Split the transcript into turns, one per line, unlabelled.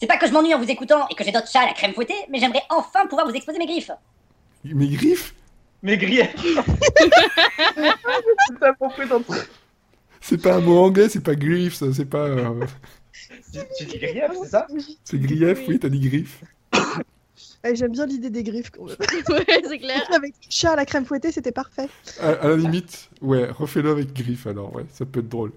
C'est pas que je m'ennuie en vous écoutant et que j'ai d'autres chats à la crème fouettée, mais j'aimerais enfin pouvoir vous exposer mes griffes.
Mes griffes
Mais grillé.
T'as compris ton truc.
C'est pas un mot anglais, c'est pas griffes, ça, c'est pas. euh,
Tu dis grillé, c'est ça
C'est grief, oui, t'as dit griffes.
Eh, J'aime bien l'idée des griffes. quand même.
Ouais, c'est clair.
Avec le chat à la crème fouettée, c'était parfait.
À, à la limite, ouais, refais-le avec griffes alors, ouais, ça peut être drôle.